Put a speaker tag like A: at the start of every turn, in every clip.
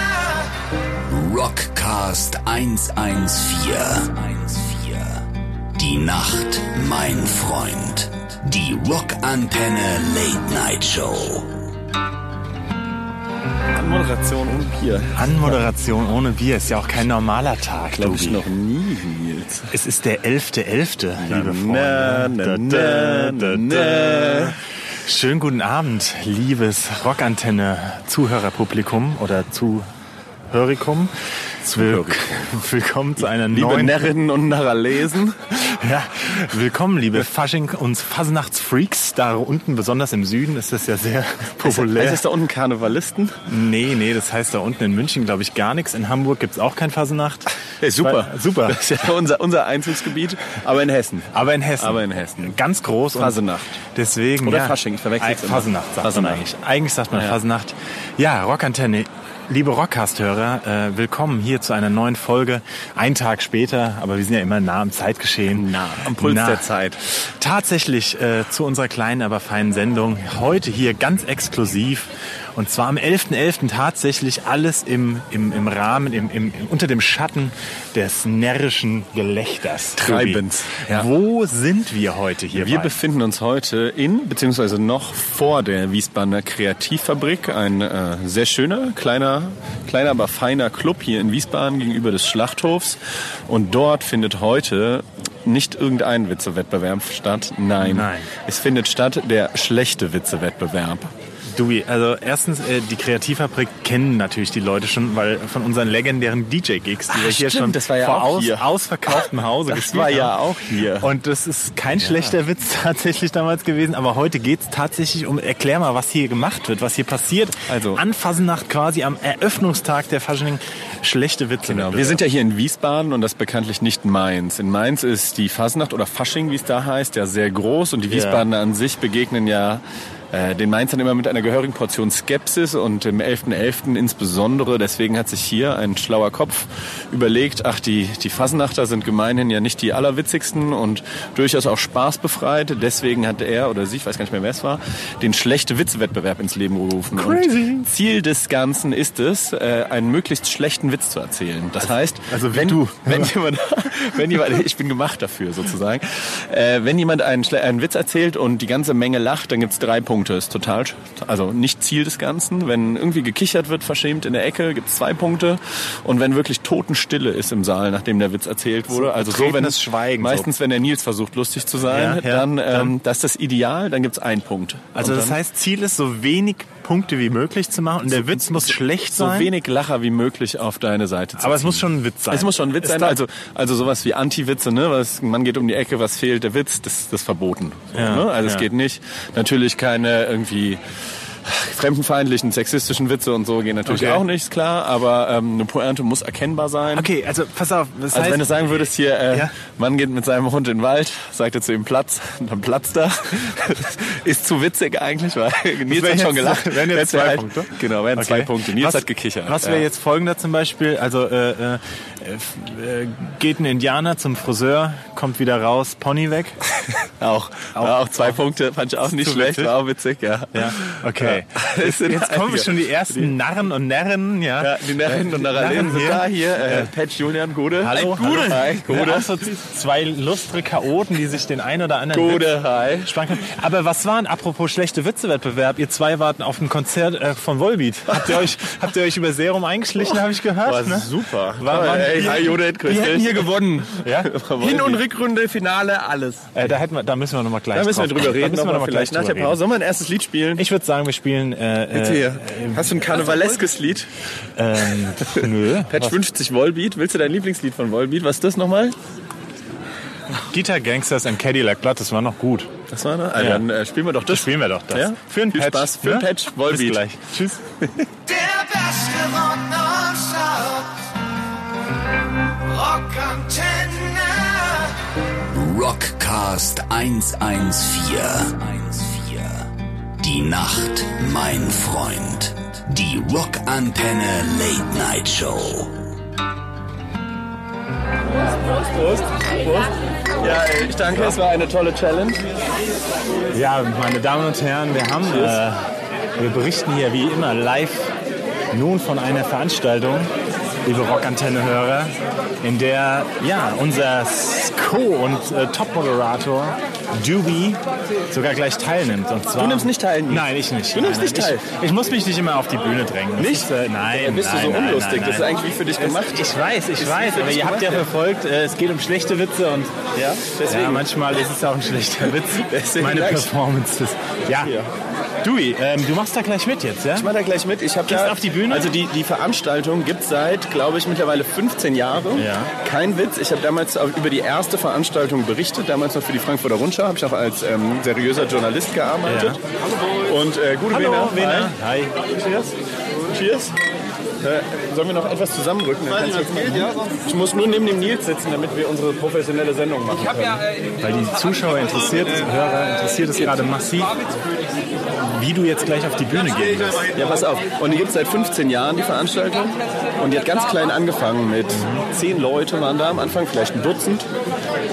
A: Rockantenne. Rockcast 114. 114. Die Nacht, mein Freund. Die Rockantenne Late Night Show.
B: Anmoderation ohne Bier.
C: Anmoderation ohne Bier ist ja auch kein normaler Tag,
B: Glaube ich
C: Tobi.
B: noch nie, Nils.
C: Es ist der 11.11., liebe
B: na,
C: Freunde.
B: na,
C: Da,
B: na,
C: da, da,
B: na.
C: da. Schönen guten Abend, liebes Rockantenne-Zuhörerpublikum oder Zuhörikum. Will willkommen zu einer
B: Liebe
C: neuen...
B: Närrinnen und Narralesen.
C: Ja, willkommen, liebe Fasching- und Fasnachtsfreaks. Da unten, besonders im Süden, ist das ja sehr populär.
B: Heißt das da unten Karnevalisten?
C: Nee, nee, das heißt da unten in München, glaube ich, gar nichts. In Hamburg gibt's auch kein Fasenacht.
B: Hey, super.
C: Weil, super.
B: Das ist ja unser, unser Einzugsgebiet, aber in Hessen.
C: Aber in Hessen.
B: Aber in Hessen.
C: Ganz groß. und
B: Fasenacht.
C: Deswegen,
B: Oder
C: ja.
B: Fasching, ich verwechsel's
C: Ei,
B: immer.
C: Fasenacht sagt
B: Fasenacht.
C: man eigentlich. Eigentlich sagt man
B: Ja.
C: Fasenacht. Ja, Rockantenne. Liebe Rockcast-Hörer, äh, willkommen hier zu einer neuen Folge. Ein Tag später, aber wir sind ja immer nah am Zeitgeschehen.
B: Nah, am Puls
C: Nah.
B: der Zeit.
C: Tatsächlich äh, zu unserer kleinen, aber feinen Sendung. Heute hier ganz exklusiv. Und zwar am 11.11. tatsächlich alles im, im, im Rahmen, im, im, im, unter dem Schatten des närrischen Gelächters. Tobi.
B: Treibens, ja.
C: Wo sind wir heute hier?
B: Wir
C: bei?
B: befinden uns heute in, beziehungsweise noch vor der Wiesbadener Kreativfabrik. Ein äh, sehr schöner, kleiner, kleiner, aber feiner Club hier in Wiesbaden gegenüber des Schlachthofs. Und dort findet heute nicht irgendein Witzewettbewerb statt. Nein.
C: Nein.
B: Es findet statt der schlechte Witzewettbewerb.
C: Dewey, also erstens, äh, die Kreativfabrik kennen natürlich die Leute schon, weil von unseren legendären DJ-Gigs, die
B: Ah,
C: wir hier
B: stimmt,
C: schon
B: das war ja
C: vor
B: auch
C: aus,
B: hier.
C: ausverkauftem Hause
B: Das
C: gespielt
B: war ja
C: haben.
B: auch hier.
C: Und das ist kein schlechter Witz tatsächlich damals gewesen, aber heute geht's tatsächlich um, erklär mal, was hier gemacht wird, was hier passiert.
B: Also-
C: Anfassennacht quasi am Eröffnungstag der Fasching, schlechte Witze.
B: Genau. Wir sind ja hier in Wiesbaden und das bekanntlich nicht Mainz. In Mainz ist die Fasnacht oder Fasching, wie es da heißt, ja sehr groß und die Wiesbadener an sich begegnen ja äh, den Mainzern immer mit einer gehörigen Portion Skepsis und im 11.11. insbesondere. Deswegen hat sich hier ein schlauer Kopf überlegt, ach, die, die Fasnachter sind gemeinhin ja nicht die allerwitzigsten und durchaus auch spaßbefreit. Deswegen hat er oder sie, ich weiß gar nicht mehr, wer es war, den schlechte Witz-Wettbewerb ins Leben gerufen.
C: Crazy.
B: Und Ziel des Ganzen ist es, äh, einen möglichst schlechten Witz zu erzählen. Das heißt,
C: also wie
B: wenn,
C: du.
B: wenn jemand, wenn jemand, ich bin gemacht dafür sozusagen, äh, wenn jemand einen, schle- einen Witz erzählt und die ganze Menge lacht, dann gibt's drei Punkte. Ist total, sch- also nicht Ziel des Ganzen. Wenn irgendwie gekichert wird, verschämt in der Ecke, gibt's zwei Punkte. Und wenn wirklich Totenstille ist im Saal, nachdem der Witz erzählt wurde, also so wenn
C: betretenes Schweigen, so.
B: meistens wenn der Nils versucht lustig zu sein,
C: Ja, ja,
B: dann, ähm, das ist das Ideal, dann gibt's einen Punkt.
C: also
B: Und
C: das
B: dann-
C: heißt, Ziel ist, so wenig Punkte wie möglich zu machen und der Witz muss schlecht
B: so
C: sein.
B: wenig Lacher wie möglich auf deine Seite zu
C: aber es muss schon ein Witz sein.
B: Es muss schon ein Witz
C: Ist
B: sein.
C: da-
B: Also, also sowas wie Anti-Witze, ne? Was, man geht um die Ecke, was fehlt, der Witz, das, das ist verboten. So,
C: Ja,
B: ne? Also es
C: ja.
B: geht nicht. Natürlich keine irgendwie fremdenfeindlichen, sexistischen Witze und so gehen natürlich
C: Okay.
B: auch nicht, ist klar. Aber ähm, eine Pointe muss erkennbar sein.
C: Okay, also pass auf. Das
B: Ähm, Also
C: heißt,
B: wenn du sagen würdest hier, äh,
C: Ja.
B: Mann geht mit seinem Hund in den Wald, sagt er zu ihm Platz, dann platzt er. ist zu witzig eigentlich, weil Nils
C: wären
B: hat schon
C: jetzt-
B: gelacht.
C: wären jetzt
B: Jetzt wär
C: zwei
B: halt-
C: Punkte.
B: Genau, wären
C: Okay.
B: zwei Punkte. Nils
C: was,
B: hat gekichert.
C: Was
B: ja.
C: wäre jetzt folgender zum Beispiel? Also äh, äh, f- äh, geht ein Indianer zum Friseur, kommt wieder raus, Pony weg.
B: Auch, auch, auch zwei Punkte fand ich auch nicht
C: zu
B: schlecht,
C: witzig.
B: war auch witzig, ja.
C: Okay.
B: Ja. Es
C: Jetzt,
B: sind
C: jetzt kommen
B: einige.
C: schon die ersten Narren und Närren. Ja.
B: Ja, die Narren und Narralen sind
C: hier.
B: da hier. Äh, Patch Julian, Gute.
C: Hallo,
B: Gute.
C: hallo.
B: Hi,
C: Ja, auch
B: Gute.
C: so zwei lustre Chaoten, die sich den ein oder anderen
B: Gute, hi.
C: Spannend. Aber was waren, apropos schlechte Witzewettbewerb, ihr zwei warten auf ein Konzert äh, von Volbeat. Habt ihr euch, habt ihr euch über Serum eingeschlichen, habe ich gehört?
B: Oh, War
C: ne?
B: super.
C: War, war,
B: Hey,
C: wir,
B: hi, Judith, grüß
C: wir hätten
B: dich.
C: hier gewonnen. Ja?
B: Hin und
D: Rückrunde, Finale, alles.
C: Äh, da, hätten wir, da müssen wir nochmal gleich
B: Da müssen wir
C: drauf-
B: drüber
C: Da
B: reden.
C: müssen wir
B: nochmal
C: noch mal gleich
B: vielleicht nach der
C: drüber
B: Pause. Sollen wir ein erstes Lied spielen?
C: reden. Ich würde sagen, wir spielen... Äh, äh,
D: Hier. Hast du ein karnevaleskes Lied?
C: ähm, nö.
B: Patch wünscht sich Volbeat. Willst du dein Lieblingslied von Volbeat? Was ist das nochmal?
C: Guitar Gangsters and Cadillac Blood, das war noch gut.
B: Das war ne? Ah,
C: Ja.
B: Dann äh, spielen wir doch das.
C: Spielen wir doch das.
B: Ja?
C: Für einen
B: Viel
C: Patch.
B: Spaß. Für einen
C: ne?
B: Patch. Volbeat.
C: Bis gleich. Tschüss.
E: Der beste Rock nonstop. Rockantenne.
A: Rockcast 114. 114. Die Nacht, mein Freund. Die Rockantenne Late Night Show.
B: Prost. Prost. Ja, ich danke. Es war eine tolle Challenge.
C: Ja, meine Damen und Herren, wir haben, äh, wir berichten hier wie immer live nun von einer Veranstaltung, liebe Rockantenne-Hörer, in der ja, unser Co- und äh, Top-Moderator Doobie sogar gleich teilnimmt. Und zwar,
B: Du nimmst nicht teil, Nils.
C: Nein, ich nicht.
B: Du nimmst
C: nein,
B: nicht
C: nein,
B: teil.
C: Ich, ich muss mich nicht immer auf die Bühne drängen. Das
B: Nicht?
C: Ist, äh, nein.
B: Da bist du
C: nein,
B: so
C: nein, nein,
B: unlustig.
C: nein,
B: Das ist
C: nein.
B: eigentlich für dich gemacht.
C: Ich weiß, ich
B: Ist
C: weiß,
B: nicht
C: aber ihr habt ja
B: gemacht, ja.
C: verfolgt, äh, es geht um schlechte Witze und
B: Ja, deswegen.
C: ja, manchmal ist es auch ein schlechter Witz.
B: Deswegen
C: Meine
B: sag ich-
C: Performance ist. Ja.
B: Ja.
C: Dui, ähm, du machst da gleich mit jetzt, ja?
B: Ich mache da gleich mit. Ich habe
C: Gehst
B: ja,
C: auf die Bühne?
B: Also die, die Veranstaltung gibt seit, glaube ich, mittlerweile 15 Jahre.
C: Ja.
B: Kein Witz. Ich habe damals auch über die erste Veranstaltung berichtet. Damals noch für die Frankfurter Rundschau. Habe ich auch als ähm, seriöser Journalist gearbeitet. Und äh, gute
C: Hallo,
B: Wiener.
C: Wiener.
B: Hi. Cheers. Cheers. Äh, sollen wir noch etwas zusammenrücken? Dann kannst du- Ich muss nur neben dem Nils sitzen, damit wir unsere professionelle Sendung machen. können.
C: Weil die Zuschauer interessiert, Hörer interessiert es gerade massiv, wie du jetzt gleich auf die Bühne gehen wirst.
B: Ja, pass auf. Und die gibt es seit 15 Jahren, die Veranstaltung. Und die hat ganz klein angefangen mit zehn Leute waren da am Anfang, vielleicht ein Dutzend.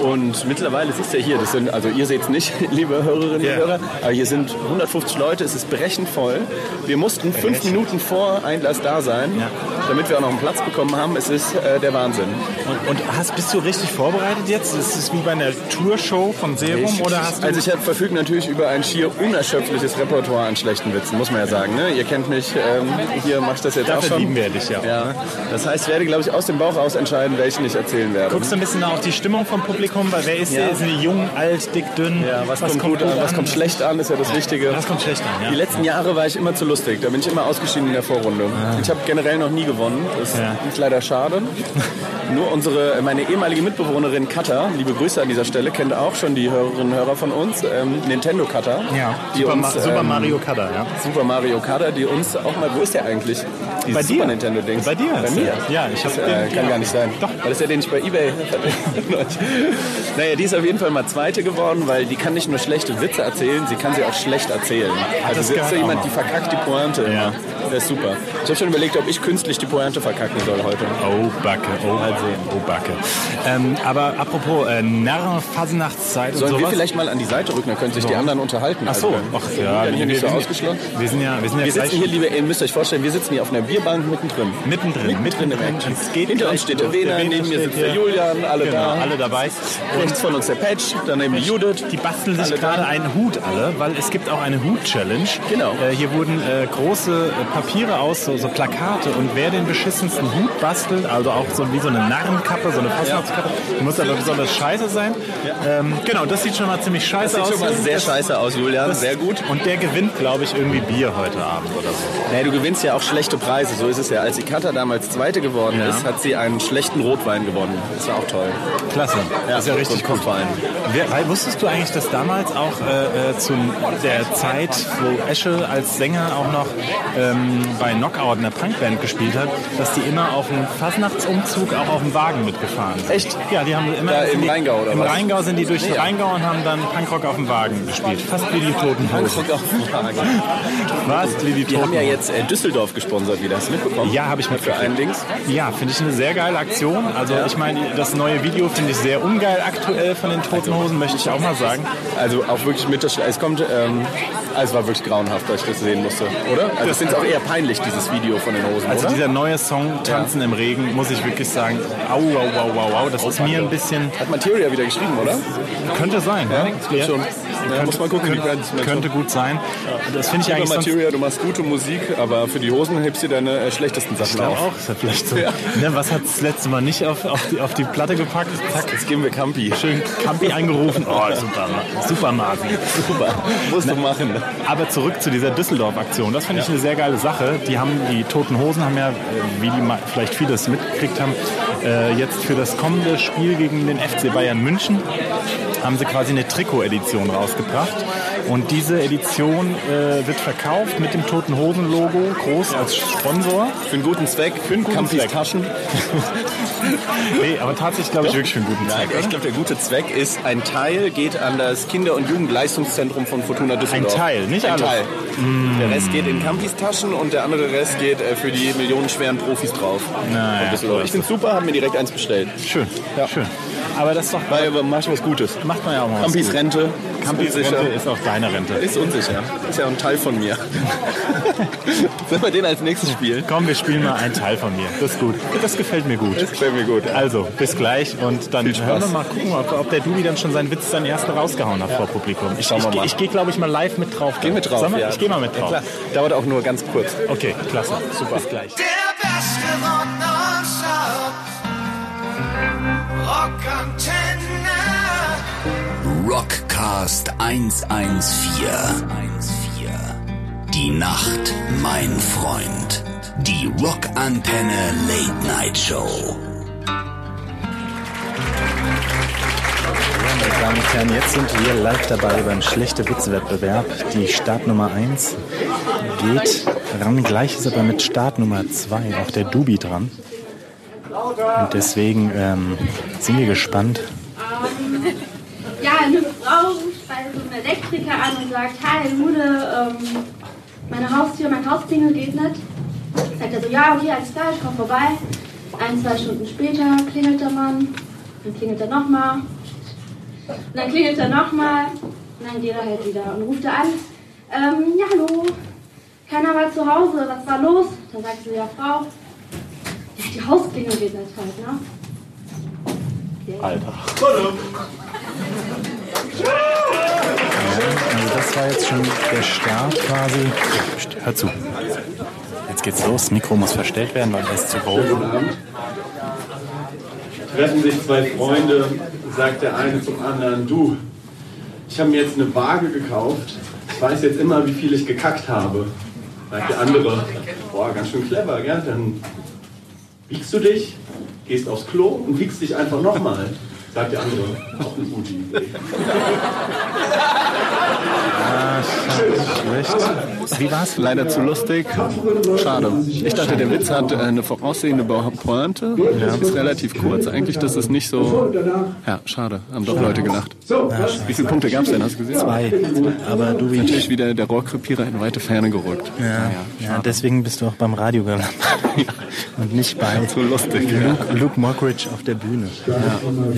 B: Und mittlerweile siehst du ja hier, das sind, also ihr seht es nicht, liebe Hörerinnen
C: Ja.
B: und Hörer, aber hier sind 150 Leute, es ist brechend voll. Wir mussten fünf
C: Brechend.
B: Minuten vor Einlass da sein,
C: Ja.
B: damit wir auch noch einen Platz bekommen haben. Es ist äh, der Wahnsinn.
C: Und, und hast, bist du richtig vorbereitet jetzt? Ist es wie bei einer Tourshow von Serum
B: Ich-
C: oder hast du
B: also ich hab, verfüge natürlich über ein schier unerschöpfliches Repertoire an schlechten Witzen, muss man ja sagen. Ne? Ihr kennt mich, ähm, hier mache ich das jetzt auch
C: Dafür
B: schon.
C: lieben wir dich ja auch,
B: Ja. Das heißt, ich werde, glaube ich, aus dem Bauch raus entscheiden, welchen ich erzählen werde.
C: Guckst du ein bisschen auf die Stimmung vom Publikum? Weil wer ist
B: Ja.
C: der? Sind die jung, alt, dick, dünn?
B: ja, was, kommt gut an, was kommt schlecht an, ist ja das Wichtige.
C: Was kommt schlecht an, ja.
B: Die letzten Jahre war ich immer zu lustig, da bin ich immer ausgeschieden in der Vorrunde. Ich habe generell noch nie gewonnen, das
C: Ja.
B: ist leider schade. Nur unsere, meine ehemalige Mitbewohnerin Katha, liebe Grüße an dieser Stelle, kennt auch schon die Hörerinnen und Hörer von uns, ähm, Nintendo Katha.
C: Ja,
B: die
C: Super, Ma
B: uns,
C: Super
B: ähm,
C: Mario Kader, ja.
B: Super Mario Kader, die uns auch mal, wo ist der eigentlich? Dieses
C: Bei dir.
B: Super Nintendo Ding.
C: Bei dir
B: Bei
C: ist
B: mir.
C: er. Ja, ich hab
B: Das, äh,
C: den-
B: Kann
C: ja.
B: gar nicht sein.
C: Doch.
B: Weil das ist ja den ich bei Ebay Naja, die ist auf jeden Fall mal Zweite geworden, weil die kann nicht nur schlechte Witze erzählen, sie kann sie auch schlecht erzählen. Also
C: das
B: sie ist
C: gehört
B: so
C: auch
B: jemand,
C: noch.
B: die verkackt die Pointe immer.
C: Ja.
B: Das ist super. Ich habe schon überlegt, ob ich künstlich die Pointe verkacken soll heute.
C: Oh Backe, oh
B: Also.
C: Backe, oh Backe. Ähm, aber apropos äh, Narren, Fasnachtszeit und
B: Sollen
C: sowas.
B: wir vielleicht mal an die Seite rücken, dann können sich die
C: Warum?
B: anderen unterhalten.
C: Ach so,
B: Also,
C: ach
B: wir
C: ja,
B: werden hier nicht so
C: sind-
B: ausgeschlossen.
C: Wir sind ja, wir sind ja
B: Wir
C: gleich
B: sitzen hier, liebe, ihr müsst euch vorstellen, wir sitzen hier auf einer Bierbank mittendrin.
C: mittendrin,
B: Mittendrin im Action.
C: Es geht
B: Hinter uns
C: gleich
B: steht
C: los.
B: der Wena,
C: Wena
B: neben mir
C: steht
B: sitzt
C: hier.
B: der Julian, alle
C: Genau,
B: da.
C: alle dabei.
B: Rechts von uns der Patch, daneben die Judith.
C: Die basteln sich
B: Alle
C: gerade
B: da.
C: einen Hut alle, weil es gibt auch eine Hut-Challenge.
B: Genau.
C: Äh, hier wurden äh, große äh, Papiere aus, so, so Plakate und wer den beschissensten Hut bastelt, also auch so wie so eine Narrenkappe, so eine Fastnachtskappe, die muss aber besonders scheiße sein. Ähm, genau, das sieht schon mal ziemlich scheiße
B: Sieht
C: aus.
B: schon mal sehr scheiße aus, Julian, sehr gut.
C: Und der gewinnt, glaube ich, irgendwie Bier heute Abend oder so.
B: Naja, du gewinnst ja auch schlechte Preise, so ist es ja. Als die Katha damals Zweite geworden
C: Ja.
B: ist, hat sie einen schlechten Rotwein gewonnen. Das war auch toll.
C: Klasse. das ist ja richtig
B: gut.
C: Wer, weil, wusstest du eigentlich, dass damals auch äh, äh, zu der Zeit, wo Esche als Sänger auch noch ähm, bei Knockout einer Punkband gespielt hat, dass die immer auf dem Fasnachtsumzug auch auf dem Wagen mitgefahren sind?
B: Echt?
C: Ja, die haben immer
B: Da
C: sind
B: im
C: die,
B: Rheingau oder
C: Im
B: was?
C: Rheingau sind die durch den
B: Nee, ja.
C: Rheingau und haben dann Punkrock auf dem Wagen gespielt. Fast wie die Toten Hosen.
B: Frankfurt auf dem Wagen.
C: Fast wie die
B: Die haben
C: Toten
B: ja
C: Hosen.
B: jetzt äh, Düsseldorf gesponsert wieder. Hast du mitbekommen?
C: Ja, habe ich
B: Für
C: mitgekriegt.
B: einen Dings.
C: Ja, finde ich eine sehr geile Aktion. Also ich meine, das neue Video finde ich sehr ungeil aktuell von den Toten Hosen, möchte ich auch mal sagen.
B: Also auch wirklich mit der Sch- Es kommt, ähm, also es war wirklich grauenhaft, dass ich das sehen musste, oder? Also es sind auch eher peinlich, dieses Video von den Hosen,
C: Also
B: oder?
C: dieser neue Song Tanzen im Regen, muss ich wirklich sagen, au, wow, wow, wow, wow, das ist mir ein bisschen,
B: Hat Materia wieder geschrieben, oder?
C: könnte sein. ne?
B: ich glaub schon. Ja,
C: könnte,
B: muss man gucken, die Bands,
C: Könnte,
B: Mensch.
C: könnte gut sein. Das finde ich
B: Lieber
C: eigentlich sonst,
B: Materia, du machst gute Musik, aber für die Hosen hebst du deine äh, schlechtesten
C: ich
B: Sachen
C: glaube
B: auf.
C: auch, ist ja vielleicht so. Ne, was hat das letzte Mal nicht auf, auf, die, auf die Platte gepackt? Zack,
B: Jetzt geben wir Campi.
C: schön Kampi eingerufen. Oh, super, Ma- super Marvin.
B: Super, musst du machen.
C: Aber zurück zu dieser Düsseldorf-Aktion. Das finde ich eine sehr geile Sache. Die haben die Toten Hosen haben ja, äh, wie die ma- vielleicht viele es mitgekriegt haben, äh, jetzt für das kommende Spiel gegen den FC Bayern München haben sie quasi eine Trikot-Edition rausgebracht. Und diese Edition äh, wird verkauft mit dem Toten Hosen-Logo groß als Sponsor.
B: Für einen guten Zweck, für
C: einen guten
B: Campis
C: Zweck.
B: Taschen.
C: Nee, aber tatsächlich glaube ich wirklich für einen guten Zweck.
B: Ich
C: oder?
B: glaube, der gute Zweck ist, ein Teil geht an das Kinder- und Jugendleistungszentrum von Fortuna Düsseldorf.
C: Ein Teil, nicht
B: ein
C: alles.
B: Teil. Der Rest geht in Campis Taschen und der andere Rest geht äh, für die millionenschweren Profis drauf.
C: Na ja,
B: Von Düsseldorf. ich finde super, haben mir direkt eins bestellt.
C: Schön,
B: Ja.
C: schön. Aber das ist doch
F: Weil man macht was Gutes.
C: macht man ja auch mal. was
F: Campis
C: gut.
F: Rente.
C: Campis
F: ist
C: Rente
F: unsicher.
C: ist auch deine Rente.
F: Ist unsicher. Ist ja auch ein Teil von mir. Sollen wir den als nächstes spielen?
C: Komm, wir spielen mal einen Teil von mir. Das ist gut. Das gefällt mir gut.
F: Das gefällt mir gut.
C: Also, bis gleich und dann
F: Viel Spaß.
C: hören wir mal gucken, ob, ob der Dubi dann schon seinen Witz seinen ersten rausgehauen hat vor Publikum. Ich,
F: Schauen wir
C: ich,
F: mal.
C: ich gehe, glaube ich, mal live mit drauf.
F: Geh mit drauf.
C: Sag mal,
F: ja.
C: Ich gehe mal mit
F: Ja,
C: drauf.
F: klar. Dauert auch nur ganz kurz.
C: okay, klasse. Super. Bis gleich.
G: Der beste Rock nonstop. Rock Antenne.
A: Rockcast 114. Die Nacht, mein Freund. Die Rockantenne Late Night Show.
H: Meine Damen und Herren, jetzt sind wir live dabei beim Schlechte Witze-Wettbewerb. Die Startnummer 1 geht ran. Gleich ist aber mit Startnummer 2 auch der Dubi dran. Und deswegen ähm, sind wir gespannt.
I: Ja, eine Frau ruft bei so einem Elektriker an und sagt, hi Mude, ähm, meine Haustür, mein Hausklingel geht nicht. Sagt er so, ja, okay, alles klar, ich komm vorbei. Ein, zwei Stunden später klingelt der Mann, dann klingelt er nochmal. Und dann klingelt er nochmal und dann geht er halt wieder und ruft er an. Ähm, ja, hallo, keiner war zu Hause, was war los? Dann sagt sie, ja, Frau, ja, die Hausklingel geht nicht halt, ne?
H: Also das war jetzt schon der Start quasi. Psst, hör zu. Jetzt geht's los. Das Mikro muss verstellt werden, weil das ist zu groß.
F: Treffen sich zwei Freunde, sagt der eine zum anderen, du, ich habe mir jetzt eine Waage gekauft, ich weiß jetzt immer, wie viel ich gekackt habe. Sagt der andere, boah, ganz schön clever, gell? Dann wiegst du dich, gehst aufs Klo und wiegst dich einfach nochmal. Sagt der andere, auch eine gute Idee.
H: Schlecht. Wie war's?
B: Leider zu lustig. Schade. Ich dachte, der Witz hat äh, eine voraussehende Bo- Pointe. Ist relativ kurz eigentlich, dass es nicht so. Ja, schade. Haben doch Leute gelacht. Wie viele Punkte gab es denn? Hast du gesehen?
H: Zwei. Aber Dubi,
B: Natürlich wieder der Rohrkrepierer in weite Ferne gerückt. Ah,
H: ja, ja, deswegen bist du auch beim Radio gelandet. Und nicht bei
B: So lustig. Ja.
H: Luke, Luke Mockridge auf der Bühne.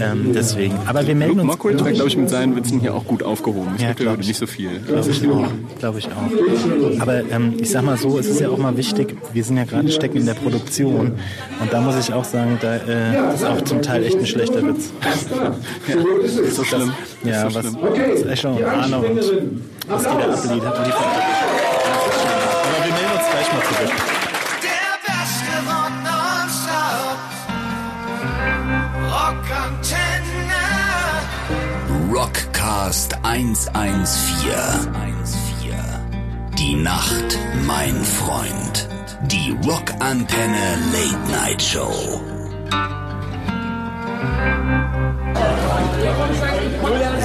H: Ähm, deswegen. Aber wir melden
B: Luke
H: uns.
B: Mockridge war, glaube ich, mit seinen Witzen hier auch gut aufgehoben. Ich
H: Ja, glaub
B: glaube, der würde
H: ich.
B: nicht so viel.
H: Glaube ich auch. Glaube ich auch. Aber ähm, ich sag mal so, es ist ja auch mal wichtig, wir sind ja gerade stecken in der Produktion. Und da muss ich auch sagen, da äh, ist auch zum Teil echt ein schlechter Witz.
B: Ist so schlimm.
H: Ja,
B: ist so
H: was
B: schlimm.
H: was Escher und Arno und was die da abliefert. Aber wir melden uns gleich mal zurück.
G: Der beste Rock nonstop. Rock Antenne.
A: Rockcast 114. Die Nacht, mein Freund. Die Rockantenne Late Night Show.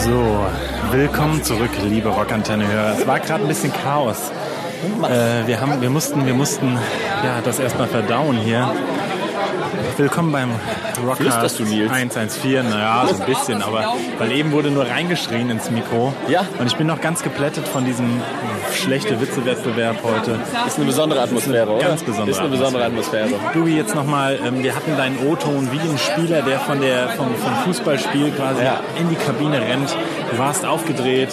C: So, willkommen zurück, liebe Rockantenne-Hörer. Es war gerade ein bisschen Chaos. Äh, wir, haben, wir mussten, wir mussten ja, das erstmal verdauen hier. Willkommen beim Rockcast
B: Flüsterst du, Nils?
C: 114. Naja, so ein bisschen, aber weil eben wurde nur reingeschrien ins Mikro.
B: Ja.
C: Und ich bin noch ganz geplättet von diesem schlechte Witze-Wettbewerb heute.
B: Ist eine besondere Atmosphäre, oder?
C: Ganz besondere
B: Ist eine besondere Atmosphäre.
C: Du jetzt nochmal, ähm, wir hatten deinen O-Ton wie ein Spieler, der von der vom, vom Fußballspiel quasi
B: Ja.
C: in die Kabine rennt. Du warst aufgedreht.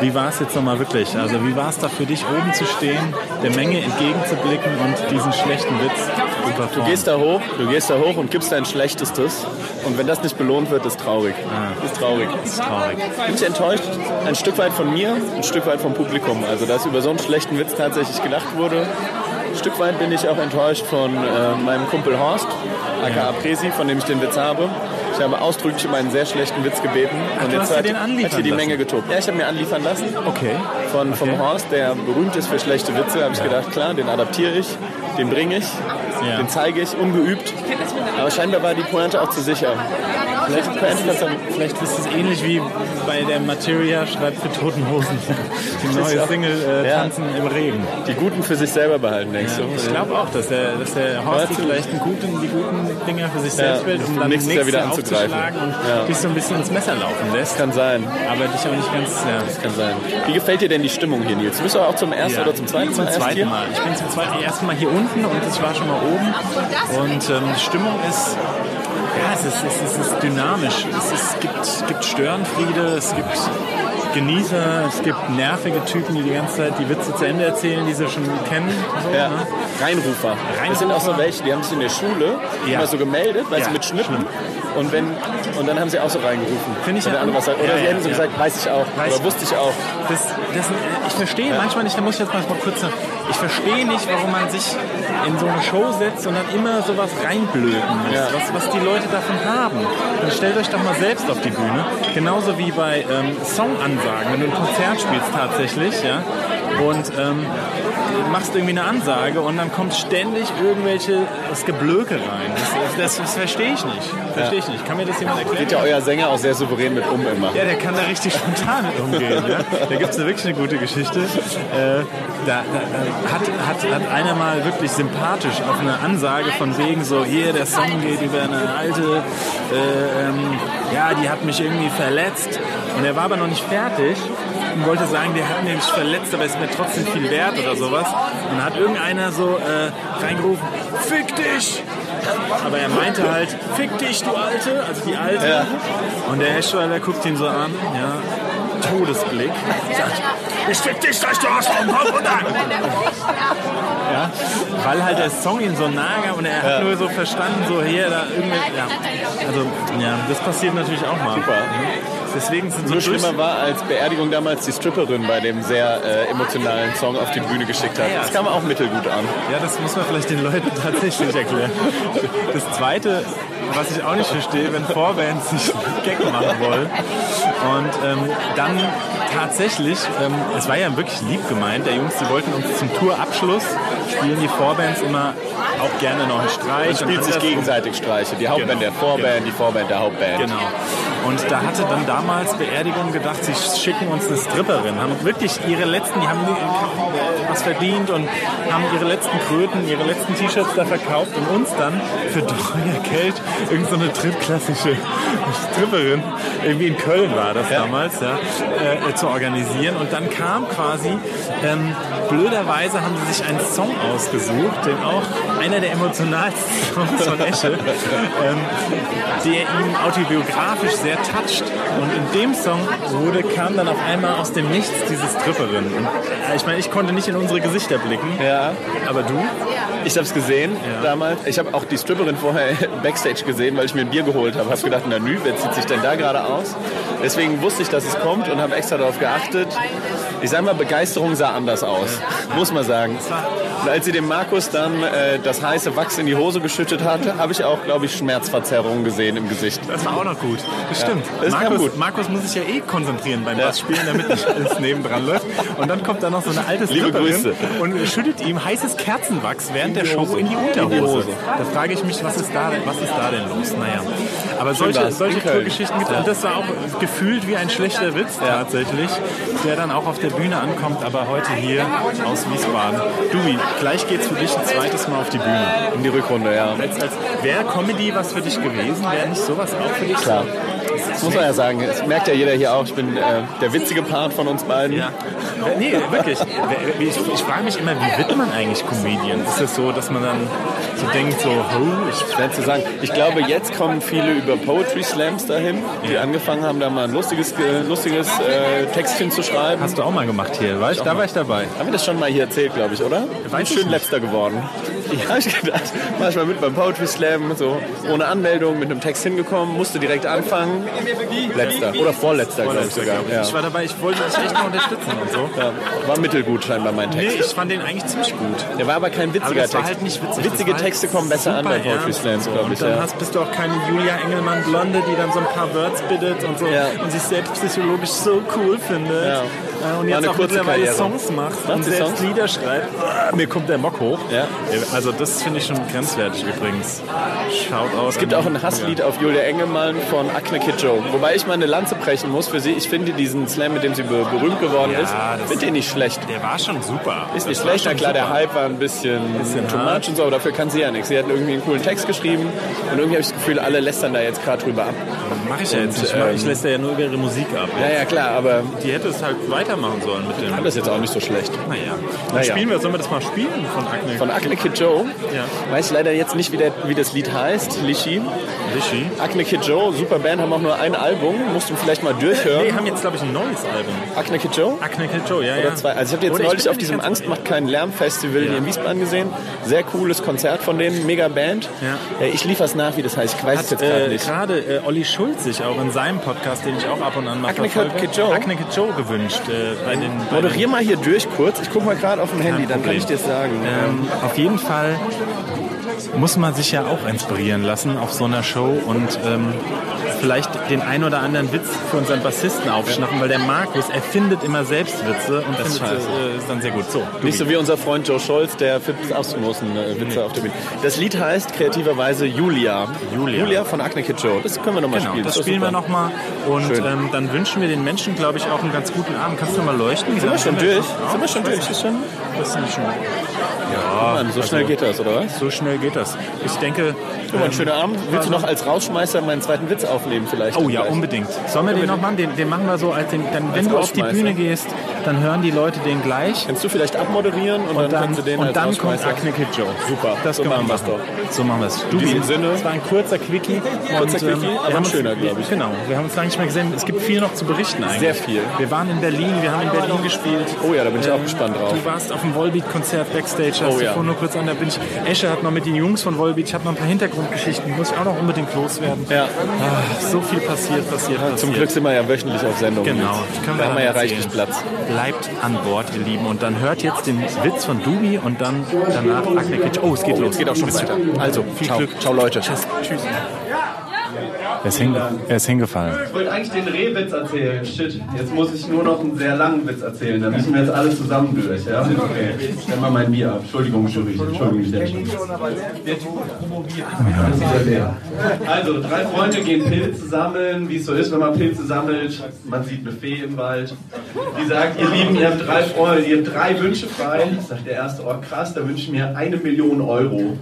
C: Wie war es jetzt nochmal wirklich? Also wie war es da für dich, oben zu stehen, der Menge entgegenzublicken und diesen schlechten Witz zu performen?
B: Du gehst da hoch, du gehst da hoch und gibst dein Schlechtestes. Und wenn das nicht belohnt wird, ist traurig. Ist traurig.
C: Ah. traurig.
B: Bin ich enttäuscht, ein Stück weit von mir, ein Stück weit vom Publikum. Also, dass über so einen schlechten Witz tatsächlich gelacht wurde. Ein Stück weit bin ich auch enttäuscht von äh, meinem Kumpel Horst, aka Presi, von dem ich den Witz habe. Ich habe ausdrücklich um einen sehr schlechten Witz gebeten. und
C: du hast dir
B: hat,
C: den anliefern
B: hat hier die
C: lassen?
B: Menge getobt. Ja, ich habe mir anliefern lassen.
C: Okay.
B: Von, Vom Horst, der berühmt ist für schlechte Witze, habe ich gedacht, klar, den adaptiere ich, den bringe ich,
C: Ja.
B: den zeige ich, ungeübt. Aber scheinbar war die Pointe auch zu sicher. Vielleicht die Pointe kannst du
C: Vielleicht ist es ähnlich wie bei der Materia schreibt für Toten Hosen. Die neue
B: Ja.
C: Single äh,
B: Ja.
C: Tanzen im Regen.
B: die Guten für sich selber behalten, denkst du?
C: Ich glaube auch, dass der, dass der Horst
B: Ja,
C: vielleicht einen guten, die guten Dinger für sich selbst wählt, um
B: um
C: dann
B: nächstes Jahr wieder anzugreifen.
C: aufzuschlagen und
B: Ja.
C: dich so ein bisschen ins Messer laufen lässt.
B: Kann sein,
C: Aber dich aber nicht ganz. Ja.
B: kann sein. Wie gefällt dir denn die Stimmung hier, Nils? Du bist doch auch zum ersten
C: Ja,
B: oder zum zweiten
C: zum
B: Mal erst
C: zweiten
B: hier?
C: Mal. Ich bin zum zweiten, ersten Mal hier unten und ich war schon mal oben. Und ähm, die Stimmung ist Ja, es ist, es ist, es ist dynamisch. Es, ist, es gibt, es gibt Störenfriede, es gibt Genießer, es gibt nervige Typen, die die ganze Zeit die Witze zu Ende erzählen, die sie schon kennen. So,
B: Ja.
C: ne?
B: Reinrufer. Das sind auch so
C: Reinrufer.
B: welche, die haben sich in der Schule
C: Ja.
B: immer so gemeldet, weil
C: Ja,
B: sie mit Schnippen. Und, wenn, und dann haben sie auch so reingerufen.
C: Finde ich
B: Wenn
C: ja
B: der andere was sagt. Oder
C: Ja,
B: sie
C: ja,
B: hätten so
C: ja.
B: gesagt, weiß ich auch.
C: Weiß-
B: oder wusste ich auch.
C: Das, das, ich verstehe manchmal nicht, da muss ich jetzt mal kurz sagen, ich verstehe nicht, warum man sich in so eine Show setzt und dann immer sowas reinblöden muss,
B: Ja.
C: was, was die Leute davon haben. Dann stellt euch doch mal selbst auf die Bühne. Genauso wie bei ähm, Songansagen, wenn du ein Konzert spielst tatsächlich, ja, und ähm, machst irgendwie eine Ansage und dann kommt ständig irgendwelche das Geblöke rein. Das, das, das verstehe ich nicht. Verstehe ich nicht. Kann mir das jemand erklären?
B: Geht ja euer Sänger auch sehr souverän mit um immer.
C: Ja, der kann da richtig spontan mit umgehen. Ja? Da gibt es wirklich eine gute Geschichte. Äh, da, da, da hat, hat, hat einer mal wirklich sympathisch auf eine Ansage von wegen so, hier, der Song geht über eine alte, äh, ähm, ja, die hat mich irgendwie verletzt. Und er war aber noch nicht fertig und wollte sagen, der hat mich verletzt, aber ist mir trotzdem viel wert oder sowas. Und da hat irgendeiner so äh, reingerufen, fick dich! Aber er meinte halt, fick dich, du Alte, also die Alte. Und der Eschweiler guckt ihn so an, ja, Todesblick, sagt, ich fick dich gleich, du Arschloch, komm runter! ja, weil halt der Song ihn so nahe gab und er hat nur so verstanden, so hier, da irgendwie, ja. Also, ja, das passiert natürlich auch mal.
B: Super.
C: Deswegen sind so
B: Nur
C: durch-
B: schlimmer war als Beerdigung damals die Stripperin bei dem sehr äh, emotionalen Song auf die Bühne geschickt hat.
C: Ja.
B: Das kam auch mittelgut an.
C: Ja, das muss man vielleicht den Leuten tatsächlich erklären. Das Zweite, was ich auch nicht verstehe, wenn Vorbands sich Gag machen wollen und ähm, dann tatsächlich, ähm, es war ja wirklich lieb gemeint, der Jungs, die wollten uns zum Tourabschluss spielen die Vorbands immer auch gerne noch einen Streich.
B: Man spielt sich
C: andersrum.
B: gegenseitig Streiche. Die Hauptband der
C: Genau.
B: Vorband, die Vorband der Hauptband.
C: Genau. Und da hatte dann damals Beerdigung gedacht, sie schicken uns eine Stripperin. Haben wirklich ihre letzten, die haben äh, was verdient und haben ihre letzten Kröten, ihre letzten T-Shirts da verkauft und uns dann für teuer Geld irgendeine so eine drittklassische Stripperin, irgendwie in Köln war das damals, ja, äh, äh, zu organisieren. Und dann kam quasi, ähm, blöderweise haben sie sich einen Song ausgesucht, den auch einer der emotionalsten Songs von Esche, ähm, der ihn autobiografisch sehr toucht. Und in dem Song wurde, kam dann auf einmal aus dem Nichts diese Stripperin. Und, äh, ich meine, ich konnte nicht in unsere Gesichter blicken,
B: Ja.
C: aber du?
B: Ich habe es gesehen
C: Ja.
B: damals. Ich habe auch die Stripperin vorher backstage gesehen, weil ich mir ein Bier geholt habe. Habe gedacht, na nü, wer zieht sich denn da gerade aus? Deswegen wusste ich, dass es kommt und habe extra darauf geachtet. Ich sage mal, Begeisterung sah anders aus, muss man sagen. Und als sie dem Markus dann äh, das heiße Wachs in die Hose geschüttet hatte, habe ich auch, glaube ich, Schmerzverzerrungen gesehen im Gesicht.
C: Das war auch noch gut. Das stimmt.
B: das kam
C: Markus,
B: gut.
C: Markus muss sich ja eh konzentrieren beim Bassspielen, damit nicht alles nebendran läuft. Und dann kommt da noch so eine alte
B: Liebe
C: Stripperin
B: Grüße.
C: und schüttet ihm heißes Kerzenwachs während der Show in die Unterhose. Da frage ich mich, was ist da denn, was ist da denn los? Naja. Aber solche,
B: war's. halt-
C: solche
B: In Köln.
C: Tourgeschichten gibt es. Und das war auch gefühlt wie ein schlechter Witz tatsächlich, der dann auch auf der Bühne ankommt, aber heute hier aus Wiesbaden. Dubi, gleich geht's für dich ein zweites Mal auf die Bühne.
B: In die Rückrunde, ja.
C: Als, als, Wäre Comedy was für dich gewesen? Wäre nicht sowas auch für dich?
B: Klar. Das muss man ja sagen. Das merkt ja jeder hier auch. Ich bin äh, der witzige Part von uns beiden.
C: Ja. Äh, Nee, wirklich. Ich, ich frage mich immer, wie wird man eigentlich Comedian? Ist es so, dass man dann so denkt, so, oh, ich
B: Schwer zu sagen. Ich glaube, jetzt kommen viele über Poetry Slams dahin, die angefangen haben, da mal ein lustiges, äh, lustiges äh, Textchen zu schreiben.
C: Hast du auch mal gemacht hier, war ich? Da war ich dabei.
B: Haben wir das schon mal hier erzählt, glaube ich, oder?
C: Weiß ich
B: schön
C: nicht.
B: letzter geworden. Ja, hab ich gedacht, war ich mal mit beim Poetry Slam, so ohne Anmeldung, mit einem Text hingekommen, musste direkt anfangen. Letzter oder vorletzter, glaube ich sogar. Ja.
C: Ich war dabei, ich wollte dich echt mal unterstützen und so.
B: Ja. War mittelgut scheinbar mein
C: Nee,
B: Text.
C: ich fand den eigentlich ziemlich gut.
B: Der war aber kein witziger
C: Aber das
B: Text.
C: war halt nicht witzig.
B: Witzige
C: Das war halt
B: Texte kommen besser an
C: super
B: bei Poetry
C: ernst
B: Slams,
C: so.
B: glaube ich.
C: Und dann
B: ja.
C: hast, bist du auch keine Julia Engelmann Blonde, die dann so ein paar Words bittet und so
B: Ja.
C: und sich selbst psychologisch so cool findet.
B: Ja.
C: Äh, Und
B: War
C: jetzt
B: eine
C: auch
B: kurze
C: mittlerweile
B: Karriere.
C: Songs macht
B: Macht
C: und
B: sie
C: selbst
B: Songs?
C: Lieder schreibt. Ah, Mir kommt der Mock hoch.
B: Ja.
C: Also das finde ich schon grenzwertig übrigens. Schaut aus.
B: Es gibt auch ein Hasslied auf Julia Engelmann von Akne Kid Joe. Wobei ich mal eine Lanze brechen muss für sie. Ich finde diesen Slam, mit dem sie be- berühmt geworden
C: Ja,
B: ist,
C: das-
B: finde ich nicht schlecht.
C: Der war schon super.
B: Ist
C: Das
B: nicht
C: war
B: schlecht, na
C: schon
B: klar, der
C: super.
B: Hype war ein bisschen,
C: Bisschen
B: too
C: hart.
B: much und so, aber dafür kann sie ja nichts. Sie hat irgendwie einen coolen Text geschrieben und irgendwie habe ich das Gefühl, alle lästern da jetzt gerade drüber ab.
C: Mach ich ja jetzt
B: Und,
C: nicht. Ich mach- Ich
B: ähm,
C: lässt ja nur über ihre Musik ab.
B: Ja, ja, klar, aber
C: Die hätte es halt weitermachen sollen mit dem.
B: Das ist jetzt auch nicht so schlecht.
C: Naja. Dann
B: Naja.
C: spielen wir, sollen wir das mal spielen von Agne?
B: Von Akne Kid Joe.
C: Ja.
B: Weiß ich leider jetzt nicht, wie, der, wie das Lied heißt. Lishi.
C: Lishi.
B: Akne Kid Joe, super Band, haben auch nur ein Album. Musst du vielleicht mal durchhören.
C: Nee, haben jetzt, glaube ich, ein neues Album.
B: Akne Kid Joe?
C: Agne Kid Joe, ja, ja.
B: Oder zwei. Also ich habe die jetzt
C: Oder
B: neulich
C: bin
B: auf
C: mir
B: diesem
C: nicht ganz
B: Angst macht keinen Lärm Festival hier in Wiesbaden gesehen. Sehr cooles Konzert von denen, mega Band.
C: Ja.
B: Äh, Ich liefere es nach, wie das heißt. Ich weiß es
C: Hat
B: jetzt gerade
C: äh,
B: nicht.
C: gerade äh, Olli Schulz sich auch in seinem Podcast, den ich auch ab und an mal
B: Agne
C: verfolge,
B: Kid Joe?
C: Agne Kid Joe gewünscht. Äh, bei den, bei den-
B: Moderier mal hier durch kurz. Ich gucke mal gerade auf dem Handy, dann kann
C: Problem.
B: ich dir sagen.
C: Ähm, auf jeden Fall muss man sich ja auch inspirieren lassen auf so einer Show und ähm, vielleicht den ein oder anderen Witz für unseren Bassisten aufschnappen, weil der Markus erfindet immer selbst Witze und das findet, äh, ist dann sehr gut. So, du
B: Nicht so wie unser Freund Joe Scholz, der Fips Asmussen äh, Witze
C: Mhm.
B: auf der Bühne. Das Lied heißt kreativerweise Julia.
C: Julia.
B: von Akne Kid Joe. Das können wir nochmal
C: Genau,
B: spielen.
C: das
B: ist
C: spielen wir
B: super.
C: nochmal und
B: Schön.
C: ähm, dann wünschen wir den Menschen, glaube ich, auch einen ganz guten Abend. Kannst du noch mal leuchten?
B: Sind wir schon durch?
C: Ja,
B: Sind wir schon
C: ich weiß
B: durch?
C: nicht.
B: Ist schon?
C: Das ist nicht schon.
B: Mann,
C: Also
B: so schnell geht das, oder was?
C: So schnell geht das. Ich denke.
B: Immer
C: ähm,
B: ein schöner Abend. Willst du noch als Rausschmeißer meinen zweiten Witz aufnehmen vielleicht?
C: Oh ja,
B: Vielleicht.
C: unbedingt. Sollen wir den noch machen? Den, den machen wir so, als den, dann, wenn du auf die
B: Rausschmeißer.
C: Bühne gehst, dann hören die Leute den gleich.
B: Kannst du vielleicht abmoderieren und, dann, kannst du den als
C: und dann kommt
B: Rausschmeißer-
C: Agne Kid Joe.
B: Super,
C: das
B: so
C: können wir
B: machen wir's
C: machen. So machen wir es.
B: In diesem Sinne.
C: Das war ein kurzer Quickie.
B: Kurzer
C: ne?
B: Quickie,
C: und, ähm, wir
B: aber
C: haben
B: ein
C: uns-
B: schöner, glaub ich.
C: Genau, wir haben uns lange nicht mehr gesehen. Es gibt viel noch zu berichten eigentlich.
B: Sehr viel.
C: Wir waren in Berlin, wir haben in Berlin gespielt. Ähm,
B: Oh ja, da bin ich auch gespannt drauf.
C: Du warst auf dem Volbeat-Konzert Backstage, hast
B: Oh
C: du
B: ja.
C: vorhin nur kurz an, da bin ich. Esche hat noch mit den Jungs von Volbeat, ich habe noch ein paar Hintergrundgeschichten, die muss ich auch noch unbedingt loswerden.
B: Ja.
C: Ah, so viel passiert, passiert, passiert.
B: Zum Glück sind wir ja wöchentlich auf Sendung.
C: Genau, können
B: Da haben wir ja
C: dann
B: reichlich
C: erzählen.
B: Platz.
C: Bleibt an Bord, ihr Lieben. Und dann hört jetzt den Witz von Dubi und dann danach Agne Kitsch. Oh, es geht
B: Jetzt
C: los.
B: geht auch schon weiter. Also,
C: Viel
B: ciao.
C: Glück.
B: Ciao, Leute.
C: Tschüss. Tschüss.
J: Er ist, hinge er ist hingefallen.
F: Ich wollte eigentlich den Rehwitz erzählen. Shit, jetzt muss ich nur noch einen sehr langen Witz erzählen. Da müssen wir jetzt alle zusammen durch, ja? Okay. Stell mal mein Bier ab. Entschuldigung, Jury. Entschuldigung, ich Das ist ja leer. Also, drei Freunde gehen Pilze sammeln, wie es so ist, wenn man Pilze sammelt. Man sieht eine Fee im Wald. Die sagt, ihr Lieben, ihr habt drei Freunde, ihr habt drei Wünsche frei. Sagt der erste, oh krass, da wünsche ich mir eine Million Euro.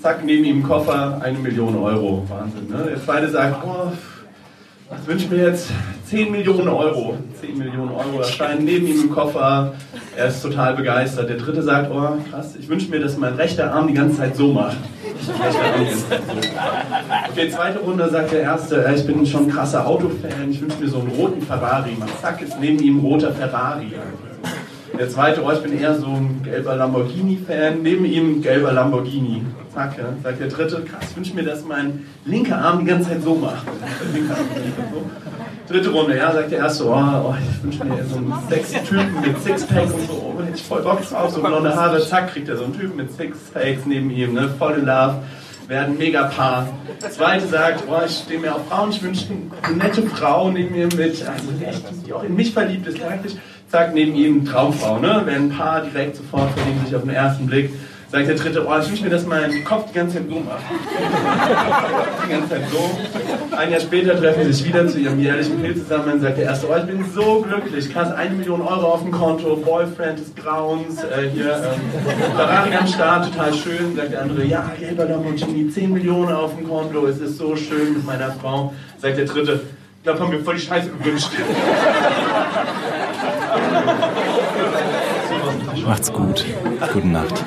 F: Zack, neben ihm Koffer, eine Million Euro. Wahnsinn, ne? Der zweite sagt, oh, ich wünsche mir jetzt 10 Millionen Euro. 10 Millionen Euro erscheinen neben ihm im Koffer. Er ist total begeistert. Der dritte sagt, oh krass, ich wünsche mir, dass mein rechter Arm die ganze Zeit so macht. Rechter Arm die ganze Zeit so. Okay, zweite Runde sagt der erste, "Ja, ich bin schon ein krasser Autofan, ich wünsche mir so einen roten Ferrari. Man zack, ist neben ihm ein roter Ferrari. Der zweite, oh, ich bin eher so ein gelber Lamborghini-Fan, neben ihm ein gelber Lamborghini. Zack, ja. sagt der dritte, krass, ich wünsche mir, dass mein linker Arm die ganze Zeit so macht. Der linke Arm die ganze Zeit so. Dritte Runde, ja, sagt der erste, oh, oh ich wünsche mir so einen sexy Typen mit Sixpack und so, oh, hätte ich voll Bock drauf, so blonde Haare, zack, kriegt er so einen Typen mit Sixpacks neben ihm, ne, voll in love, werden mega Paar. Zweite sagt, oh, ich stehe mir auf Frauen, ich wünsche eine nette Frau neben mir mit, also echt, die auch in mich verliebt ist, eigentlich, sagt neben ihm Traumfrau, ne, werden Paar direkt sofort verlieben sich auf den ersten Blick. Sagt der dritte, oh, ich wünsche mir, dass mein Kopf die ganze Zeit so macht die ganze Zeit so. Ein Jahr später treffen sie sich wieder zu ihrem jährlichen Pilz zusammen und sagt der erste, oh, ich bin so glücklich, krass, eine Million Euro auf dem Konto, Boyfriend des Grauens, äh, hier, ähm, Ferrari am Start, total schön. Sagt der andere, ja, gelber Lamborghini, 10 Millionen auf dem Konto, es ist so schön mit meiner Frau. Sagt der dritte, ich glaube, haben mir voll die Scheiße gewünscht.
J: Macht's gut. Gute Nacht.